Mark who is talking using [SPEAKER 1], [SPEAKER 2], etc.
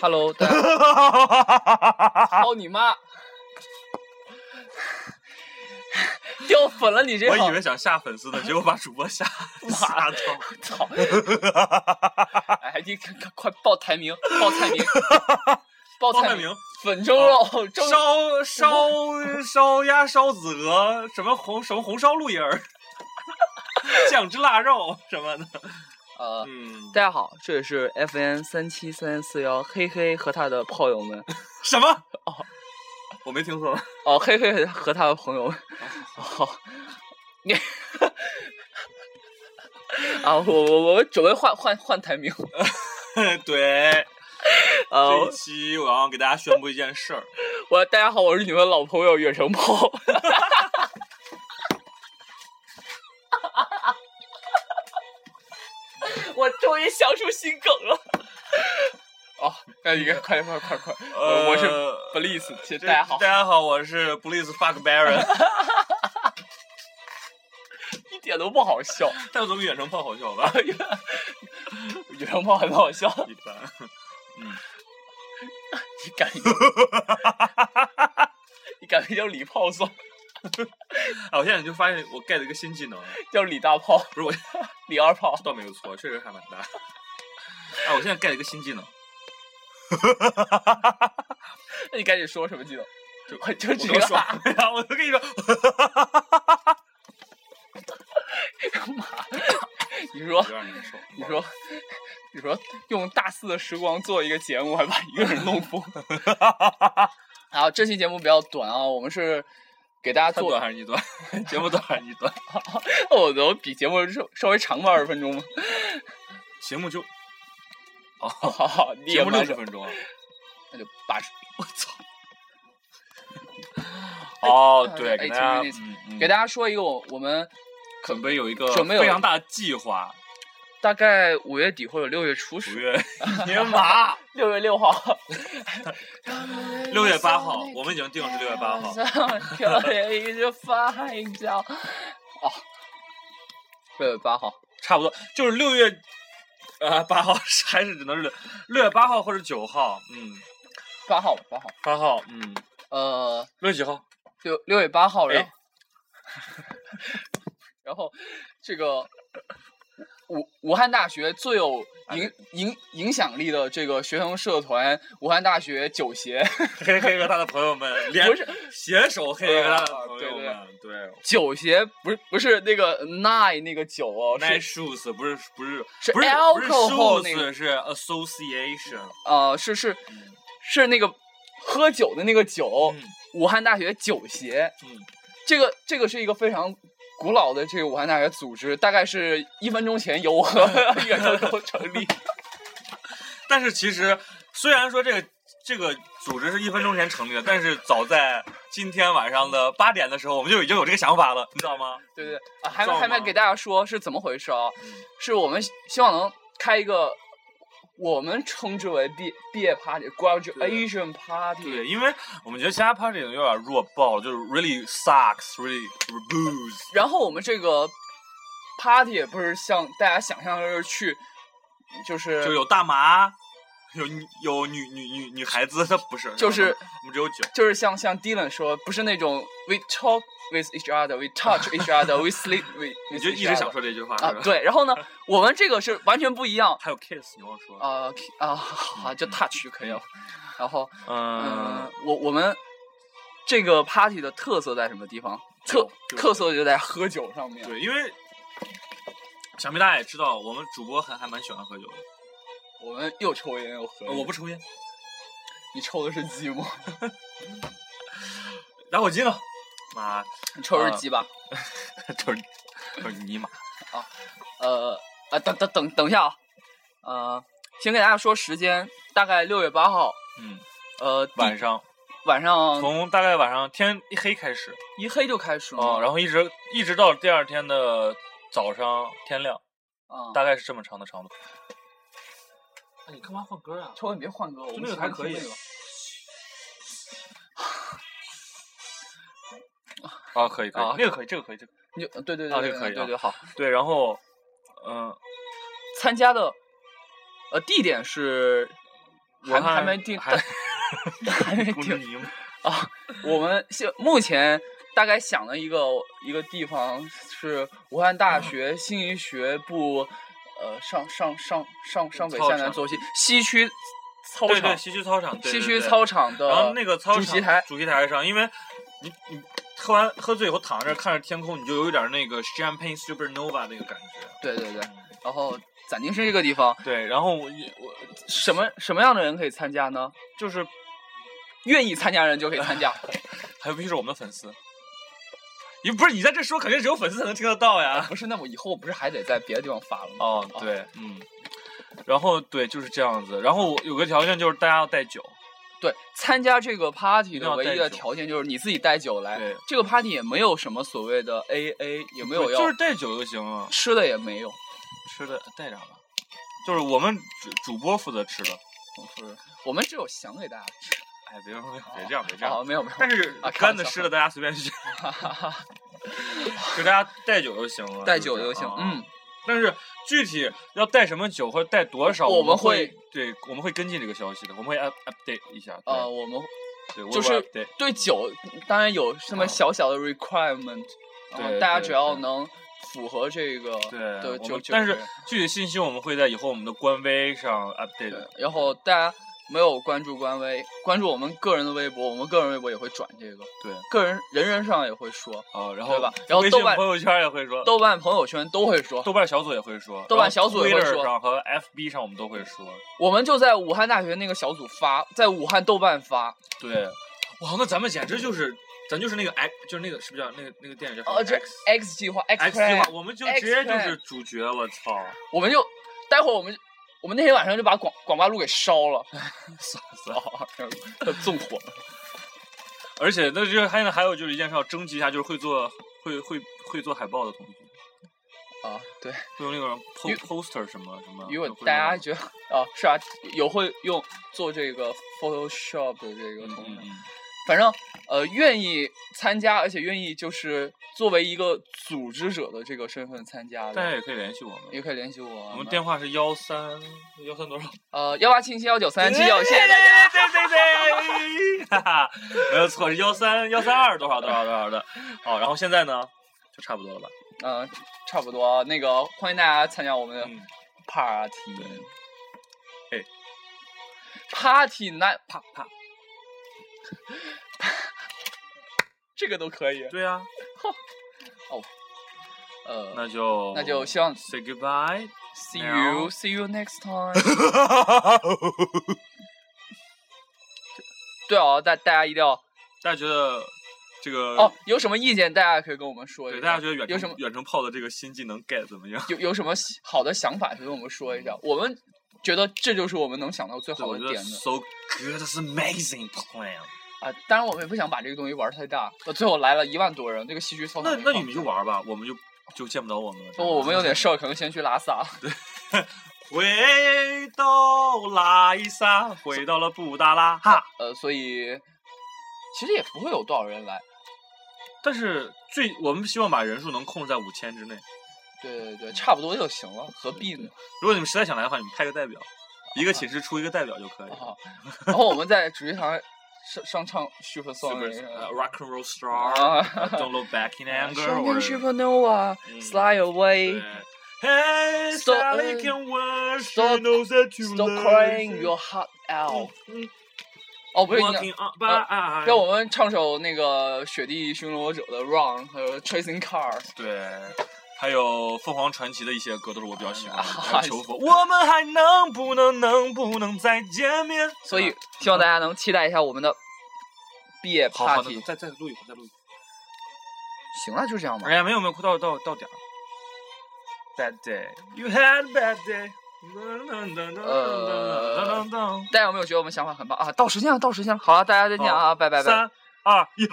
[SPEAKER 1] Hello，大家操你 妈！掉粉了你这
[SPEAKER 2] 我
[SPEAKER 1] 行
[SPEAKER 2] 以为想吓粉丝的，结果把主播 吓吓到。
[SPEAKER 1] 操！哎，你看看快报台名，报菜 名，报
[SPEAKER 2] 报
[SPEAKER 1] 菜
[SPEAKER 2] 菜名，哦
[SPEAKER 1] 粉蒸肉，蒸
[SPEAKER 2] 烧烧烧鸭、烧子鹅，什么红什么红烧鹿眼儿， 酱汁腊肉什么的。
[SPEAKER 1] 呃。
[SPEAKER 2] 嗯，
[SPEAKER 1] 大家好，这里是 FN 三七三四幺黑黑和他的炮友们，
[SPEAKER 2] 什么？我没 听错吧？
[SPEAKER 1] 哦，黑黑和他的朋友们，哦，你 啊，我我我准备换换换台名，
[SPEAKER 2] 对，
[SPEAKER 1] 啊，
[SPEAKER 2] 这一期我要给大家宣布一件事儿。
[SPEAKER 1] 我大家好，我是你们老朋友远程炮。 我终于想出新梗了。哦，那你看，快快快快！呃，我是
[SPEAKER 2] 呃
[SPEAKER 1] Bliss，其实
[SPEAKER 2] 这
[SPEAKER 1] 大家好
[SPEAKER 2] 大，家好，我是 Please Fuck Baron，
[SPEAKER 1] 一点都不好笑。
[SPEAKER 2] 但总比远程炮好笑吧？
[SPEAKER 1] 远程炮很好笑，
[SPEAKER 2] 一般。
[SPEAKER 1] 你敢？ 你敢叫李炮算？
[SPEAKER 2] 啊，我现在就发现我 get 了一个新技能，
[SPEAKER 1] 叫李大炮？
[SPEAKER 2] 不是我
[SPEAKER 1] 李二炮？
[SPEAKER 2] 倒没有错，确实还蛮大。 哎、我现在 get 了一个新技 能，
[SPEAKER 1] 那你赶紧说什么技能？
[SPEAKER 2] 就
[SPEAKER 1] 我就这
[SPEAKER 2] 我
[SPEAKER 1] 个啊
[SPEAKER 2] 可 爽了， 我都跟你说，
[SPEAKER 1] 妈！你说
[SPEAKER 2] 有点难受。
[SPEAKER 1] 你说， 你说用大四的时光做一个节目，还把一个人弄 疯。好，这期节目比较短啊，我们是给大家
[SPEAKER 2] 他
[SPEAKER 1] 做，
[SPEAKER 2] 短还是你短？ 节目短还是你短？
[SPEAKER 1] 我都比节目稍稍微长个二十分钟吧。
[SPEAKER 2] 节目就
[SPEAKER 1] 好好好，你
[SPEAKER 2] 节
[SPEAKER 1] 也
[SPEAKER 2] 目
[SPEAKER 1] 慢
[SPEAKER 2] 六
[SPEAKER 1] 着
[SPEAKER 2] 十，分钟啊！
[SPEAKER 1] 那就八十。
[SPEAKER 2] 我操！哦，
[SPEAKER 1] 哎
[SPEAKER 2] 对，给
[SPEAKER 1] 哎
[SPEAKER 2] 大家
[SPEAKER 1] 前面
[SPEAKER 2] 嗯嗯
[SPEAKER 1] 给大家说一个我我们
[SPEAKER 2] 准备有一个
[SPEAKER 1] 准备有
[SPEAKER 2] 非常大的计划，
[SPEAKER 1] 大概五月底或者六月初
[SPEAKER 2] 五
[SPEAKER 1] 十，
[SPEAKER 2] 月年马
[SPEAKER 1] 六月六号，
[SPEAKER 2] 六月八号，我们已经定是六 月八
[SPEAKER 1] 嗯
[SPEAKER 2] 号。
[SPEAKER 1] 哦，六月八号。
[SPEAKER 2] 差不多就是六月，呃，八号 是还是只能是六月八号或者九号，嗯，
[SPEAKER 1] 八号吧，八号，
[SPEAKER 2] 八号，嗯，
[SPEAKER 1] 呃，
[SPEAKER 2] 六月几号？
[SPEAKER 1] 六六月八号，
[SPEAKER 2] 哎
[SPEAKER 1] 然后，然后这个武武汉大学最有
[SPEAKER 2] 啊
[SPEAKER 1] 影影影响力的这个学生社团——武汉大学九协，
[SPEAKER 2] 黑黑和他的朋友们联
[SPEAKER 1] 不是
[SPEAKER 2] 携手黑黑和他的朋友
[SPEAKER 1] 啊
[SPEAKER 2] 们，对
[SPEAKER 1] 九协，不是不是那个 nine 那个九哦，
[SPEAKER 2] ，nice
[SPEAKER 1] 是
[SPEAKER 2] shoes 不是不是
[SPEAKER 1] 是
[SPEAKER 2] 不是不是
[SPEAKER 1] alcohol 那个
[SPEAKER 2] shoes 是 association，
[SPEAKER 1] 呃，是是是那个喝酒的那个酒，
[SPEAKER 2] 嗯
[SPEAKER 1] 武汉大学九协，
[SPEAKER 2] 嗯，
[SPEAKER 1] 这个这个是一个非常古老的这个武汉大学组织，大概是一分钟前由 我 和远程都成立。
[SPEAKER 2] 但是其实虽然说这个。这个组织是一分钟前成立的，但是早在今天晚上的八点的时候，我们就已经有这个想法了，你知道吗？
[SPEAKER 1] 对对，啊、还没
[SPEAKER 2] 知道
[SPEAKER 1] 还没
[SPEAKER 2] 吗
[SPEAKER 1] 给大家说是怎么回事啊？
[SPEAKER 2] 嗯
[SPEAKER 1] 是我们希希望能开一个我们称之为毕毕业 party，graduation party。
[SPEAKER 2] 对，因为我们觉得其他 party 有点弱爆，就是 really sucks, really booze。
[SPEAKER 1] 然后我们这个 party 也不是像大家想象的是去，就是
[SPEAKER 2] 就有大麻，有女有女女女女孩子，那不是，
[SPEAKER 1] 就是
[SPEAKER 2] 我们只有酒。
[SPEAKER 1] 就是像像 Dylan 说，不是那种 we talk with each other，we touch each other，we sleep with。
[SPEAKER 2] 你就一直想说这句话是
[SPEAKER 1] 啊
[SPEAKER 2] 吧？，，
[SPEAKER 1] 对，然 后呢，我们这个是完全不一样
[SPEAKER 2] 还有 kiss，你忘说了。
[SPEAKER 1] 啊，k- 啊，好就 touch 就可以了。然后，嗯
[SPEAKER 2] 嗯，，
[SPEAKER 1] 我我们这个 party 的特色在什么地方？特
[SPEAKER 2] 酒哎就是
[SPEAKER 1] 特色就在喝酒上面。
[SPEAKER 2] 对，因为想必大家也知道，我们主播还还蛮喜欢喝酒的。
[SPEAKER 1] 我们又抽烟又喝，
[SPEAKER 2] 呃我不，抽烟，
[SPEAKER 1] 你抽的是鸡 吗？
[SPEAKER 2] 打火机呢？妈，
[SPEAKER 1] 你抽的是
[SPEAKER 2] 啊
[SPEAKER 1] 鸡吧？
[SPEAKER 2] 就是就是尼玛。
[SPEAKER 1] 呃啊，等等等等一下啊，呃，先给大家说时间，大概六月八号，
[SPEAKER 2] 嗯，
[SPEAKER 1] 呃，第
[SPEAKER 2] 晚上
[SPEAKER 1] 晚上
[SPEAKER 2] 从大概晚上天一黑开始，
[SPEAKER 1] 一黑就开始
[SPEAKER 2] 嗯，然后一直一直到第二天的早上天亮，
[SPEAKER 1] 后
[SPEAKER 2] 大概是这么长的长度。你干嘛换歌啊？
[SPEAKER 1] 抽烟别换歌，我
[SPEAKER 2] 就
[SPEAKER 1] 们
[SPEAKER 2] 那个
[SPEAKER 1] 喜欢
[SPEAKER 2] 还可
[SPEAKER 1] 听
[SPEAKER 2] 以
[SPEAKER 1] 那个
[SPEAKER 2] 啊，可以可 以
[SPEAKER 1] 啊，
[SPEAKER 2] 那个可以，这个可以，这个
[SPEAKER 1] 你就对对对
[SPEAKER 2] 啊
[SPEAKER 1] 对
[SPEAKER 2] 这个可以
[SPEAKER 1] 对
[SPEAKER 2] 啊
[SPEAKER 1] 对好。
[SPEAKER 2] 对。然后，嗯，
[SPEAKER 1] 参加的呃地点是还
[SPEAKER 2] 我看
[SPEAKER 1] 还没定，
[SPEAKER 2] 还
[SPEAKER 1] 但 还 没
[SPEAKER 2] 公
[SPEAKER 1] 定
[SPEAKER 2] 民
[SPEAKER 1] 啊。我们现目前大概想的一个一个地方是武汉大学心理学部，呃，上上上上上北
[SPEAKER 2] 操
[SPEAKER 1] 下南
[SPEAKER 2] 场
[SPEAKER 1] 左西西区操
[SPEAKER 2] 对对，
[SPEAKER 1] 场，
[SPEAKER 2] 西区操场，对
[SPEAKER 1] 西
[SPEAKER 2] 对
[SPEAKER 1] 区
[SPEAKER 2] 对
[SPEAKER 1] 操场的，
[SPEAKER 2] 然后那个操
[SPEAKER 1] 主
[SPEAKER 2] 场
[SPEAKER 1] 席台
[SPEAKER 2] 主席台上，因为你你喝完喝醉以后躺在这儿看着天空，你就有一点那个 champagne supernova 那个感觉。嗯
[SPEAKER 1] 对对对，然后暂停是这个地方，
[SPEAKER 2] 对，然后我我
[SPEAKER 1] 什么什么样的人可以参加呢？
[SPEAKER 2] 就是
[SPEAKER 1] 愿意参加人就可以参加，
[SPEAKER 2] 还有必须是我们的粉丝。你不是你在这说，肯定只有粉丝才能听得到呀。
[SPEAKER 1] 不是？那我以后我不是还得在别的地方发了吗？
[SPEAKER 2] 哦，对，嗯，然后对就是这样子。然后我有个条件就是大家要带酒，
[SPEAKER 1] 对，参加这个 party 的
[SPEAKER 2] 要
[SPEAKER 1] 唯
[SPEAKER 2] 带
[SPEAKER 1] 一的
[SPEAKER 2] 酒
[SPEAKER 1] 条件就是你自己带酒来
[SPEAKER 2] 对。
[SPEAKER 1] 这个 party 也没有什么所谓的 AA，也没有
[SPEAKER 2] 对
[SPEAKER 1] 要、
[SPEAKER 2] 就是带酒就行了，
[SPEAKER 1] 吃的也没有。
[SPEAKER 2] 吃的带点儿吧。就是我们主主播负责吃的。
[SPEAKER 1] 就是我们只有想给大家吃。
[SPEAKER 2] 哎，别别别这样，别这样。
[SPEAKER 1] 哦，没有没有。
[SPEAKER 2] 但是
[SPEAKER 1] 啊开玩
[SPEAKER 2] 干的
[SPEAKER 1] 笑
[SPEAKER 2] 湿的大家随便选，就大家带酒就行了，
[SPEAKER 1] 带
[SPEAKER 2] 就
[SPEAKER 1] 酒就
[SPEAKER 2] 是
[SPEAKER 1] 行，。
[SPEAKER 2] 啊
[SPEAKER 1] 嗯，
[SPEAKER 2] 但是具体要带什么酒或者带多少，
[SPEAKER 1] 我
[SPEAKER 2] 我
[SPEAKER 1] 们会
[SPEAKER 2] 会对我们会跟进这个消息的，我们会 up update 一下。
[SPEAKER 1] 呃，我们
[SPEAKER 2] 对，对，
[SPEAKER 1] 就是
[SPEAKER 2] u
[SPEAKER 1] 对酒当然有这么
[SPEAKER 2] 啊
[SPEAKER 1] 小小的 requirement，然后
[SPEAKER 2] 对
[SPEAKER 1] 大家
[SPEAKER 2] 对
[SPEAKER 1] 只要
[SPEAKER 2] 对
[SPEAKER 1] 能符合这个，
[SPEAKER 2] 对
[SPEAKER 1] 对
[SPEAKER 2] 我
[SPEAKER 1] 就
[SPEAKER 2] 们
[SPEAKER 1] 就
[SPEAKER 2] 但
[SPEAKER 1] 可以
[SPEAKER 2] 是具体信息我们会在以后我们的官微上 update
[SPEAKER 1] 对
[SPEAKER 2] 的。，
[SPEAKER 1] 然后大家没有关注官微，关注我们个人的微博，我们个人微博也会转这个，
[SPEAKER 2] 对，
[SPEAKER 1] 个人人人上也会说，
[SPEAKER 2] 啊，
[SPEAKER 1] 对
[SPEAKER 2] 然后
[SPEAKER 1] 吧然后
[SPEAKER 2] 微
[SPEAKER 1] 豆
[SPEAKER 2] 信
[SPEAKER 1] 瓣
[SPEAKER 2] 朋友圈也会说，
[SPEAKER 1] 豆瓣朋友圈都会说，
[SPEAKER 2] 豆瓣小组也会说，
[SPEAKER 1] 豆瓣小组也会
[SPEAKER 2] Twitter
[SPEAKER 1] 说
[SPEAKER 2] 上和 FB 上我们都会说。
[SPEAKER 1] 我们就在武汉大学那个小组发，在武汉豆瓣发，
[SPEAKER 2] 对，哇，那咱们简直就是，咱就是那个 X，就是那个是不是叫那个那个电影叫什么？
[SPEAKER 1] 呃，这
[SPEAKER 2] X
[SPEAKER 1] X 计划 X
[SPEAKER 2] X
[SPEAKER 1] 计
[SPEAKER 2] 计
[SPEAKER 1] 划
[SPEAKER 2] 划，，我们就直接就
[SPEAKER 1] X-Prime
[SPEAKER 2] 是主角，我操！
[SPEAKER 1] 我们就待会儿我们我们那天晚上就把广广八路给烧 了，
[SPEAKER 2] 算了
[SPEAKER 1] 哦
[SPEAKER 2] 算了，
[SPEAKER 1] 纵火了。
[SPEAKER 2] 而且那就是还有还有就是一件事要征集一下，就是会做会会会做海报的同学，
[SPEAKER 1] 啊，对，
[SPEAKER 2] 会用那种
[SPEAKER 1] 因
[SPEAKER 2] po poster 什么什么，
[SPEAKER 1] 因为
[SPEAKER 2] 会用
[SPEAKER 1] 大家觉得啊是啊，有会用做这个 Photoshop 的这个
[SPEAKER 2] 嗯
[SPEAKER 1] 同学
[SPEAKER 2] 嗯，嗯
[SPEAKER 1] 反正呃，愿意参加，而且愿意就是作为一个组织者的这个身份参加
[SPEAKER 2] 大家
[SPEAKER 1] 的，
[SPEAKER 2] 也可以联系我们，
[SPEAKER 1] 也可以联系我。啊
[SPEAKER 2] 我们电话是幺三幺三多少？
[SPEAKER 1] 呃幺八七七幺九三七九，谢谢大家。
[SPEAKER 2] 对对对，哈哈，没有错，是幺三幺三二多少多少多少的。好，然后现在呢，就差不多了吧？
[SPEAKER 1] 嗯、差不多，那个欢迎大家参加我们的
[SPEAKER 2] 嗯，
[SPEAKER 1] party。
[SPEAKER 2] 对哎
[SPEAKER 1] ，party 那
[SPEAKER 2] 啪啪，
[SPEAKER 1] 这个都可以。
[SPEAKER 2] 对啊，
[SPEAKER 1] 呃，
[SPEAKER 2] 那就
[SPEAKER 1] 那就希望
[SPEAKER 2] say goodbye。
[SPEAKER 1] see
[SPEAKER 2] Now-
[SPEAKER 1] you see you next time。对哦，大大家一定要
[SPEAKER 2] 大家觉得这个
[SPEAKER 1] 哦，，有什么意见大家可以跟我们说一
[SPEAKER 2] 嗯对
[SPEAKER 1] 下。
[SPEAKER 2] 大家觉得远
[SPEAKER 1] 有什
[SPEAKER 2] 程
[SPEAKER 1] 么
[SPEAKER 2] 远程炮的这个新技能 get 怎么样？
[SPEAKER 1] 有有什么喜好的想法，就跟我们说一下。我们觉得这就是我们能想到最
[SPEAKER 2] 对，
[SPEAKER 1] 好
[SPEAKER 2] 我
[SPEAKER 1] 的
[SPEAKER 2] 觉得
[SPEAKER 1] 点的
[SPEAKER 2] so good is amazing plan。
[SPEAKER 1] 啊！当然，我们也不想把这个东西玩太大。呃最后来了一万多人，那个戏剧操场
[SPEAKER 2] 那
[SPEAKER 1] 也
[SPEAKER 2] 那
[SPEAKER 1] 放
[SPEAKER 2] 你们就玩吧，我们就就见不着我们了。
[SPEAKER 1] 不。我们有点事儿，可能先去拉萨。
[SPEAKER 2] 回到拉伊萨，回到了布达拉哈。
[SPEAKER 1] 呃，所以其实也不会有多少人来。
[SPEAKER 2] 但是最我们希望把人数能控制在五千之内。
[SPEAKER 1] 对对对，差不多就行了，何必呢？
[SPEAKER 2] 如果你们实在想来的话，你们派个代表，一个寝室出一个代表就可以。
[SPEAKER 1] 啊，然后我们在主席堂上上唱 Super Song
[SPEAKER 2] 是
[SPEAKER 1] 那
[SPEAKER 2] 不是
[SPEAKER 1] 个
[SPEAKER 2] 呃 rock and roll
[SPEAKER 1] 啊
[SPEAKER 2] star,、don't look back in anger，
[SPEAKER 1] Shining
[SPEAKER 2] 或者
[SPEAKER 1] Supernova
[SPEAKER 2] 嗯
[SPEAKER 1] Fly Away
[SPEAKER 2] 对。Hey,
[SPEAKER 1] Stop-
[SPEAKER 2] Sally can watch.
[SPEAKER 1] stop-
[SPEAKER 2] She knows that you
[SPEAKER 1] Stop
[SPEAKER 2] love
[SPEAKER 1] crying
[SPEAKER 2] her.
[SPEAKER 1] your heart out
[SPEAKER 2] 嗯。
[SPEAKER 1] 哦，不是，应该
[SPEAKER 2] Walking on by.
[SPEAKER 1] 让我们唱首那个《雪地巡逻者》的《Run》和《Chasing Cars
[SPEAKER 2] 对，还有凤凰传奇的一些歌都是我比较喜欢
[SPEAKER 1] 啊
[SPEAKER 2] 的。还有求佛，我们还能不能能不能再见面？》，
[SPEAKER 1] 所以希望大家能期待一下我们的毕业
[SPEAKER 2] 好好，那
[SPEAKER 1] party。
[SPEAKER 2] 再再录一会儿，再录一会
[SPEAKER 1] 行了，就这样吧
[SPEAKER 2] 儿。哎。呀，没有没有，快到到到点儿了。Bad day, you had a bad day.
[SPEAKER 1] 呃啊大家有没有觉得我们想法很棒啊？到时间了，到时间了，好了，大家再见啊，拜拜拜。
[SPEAKER 2] 三二一。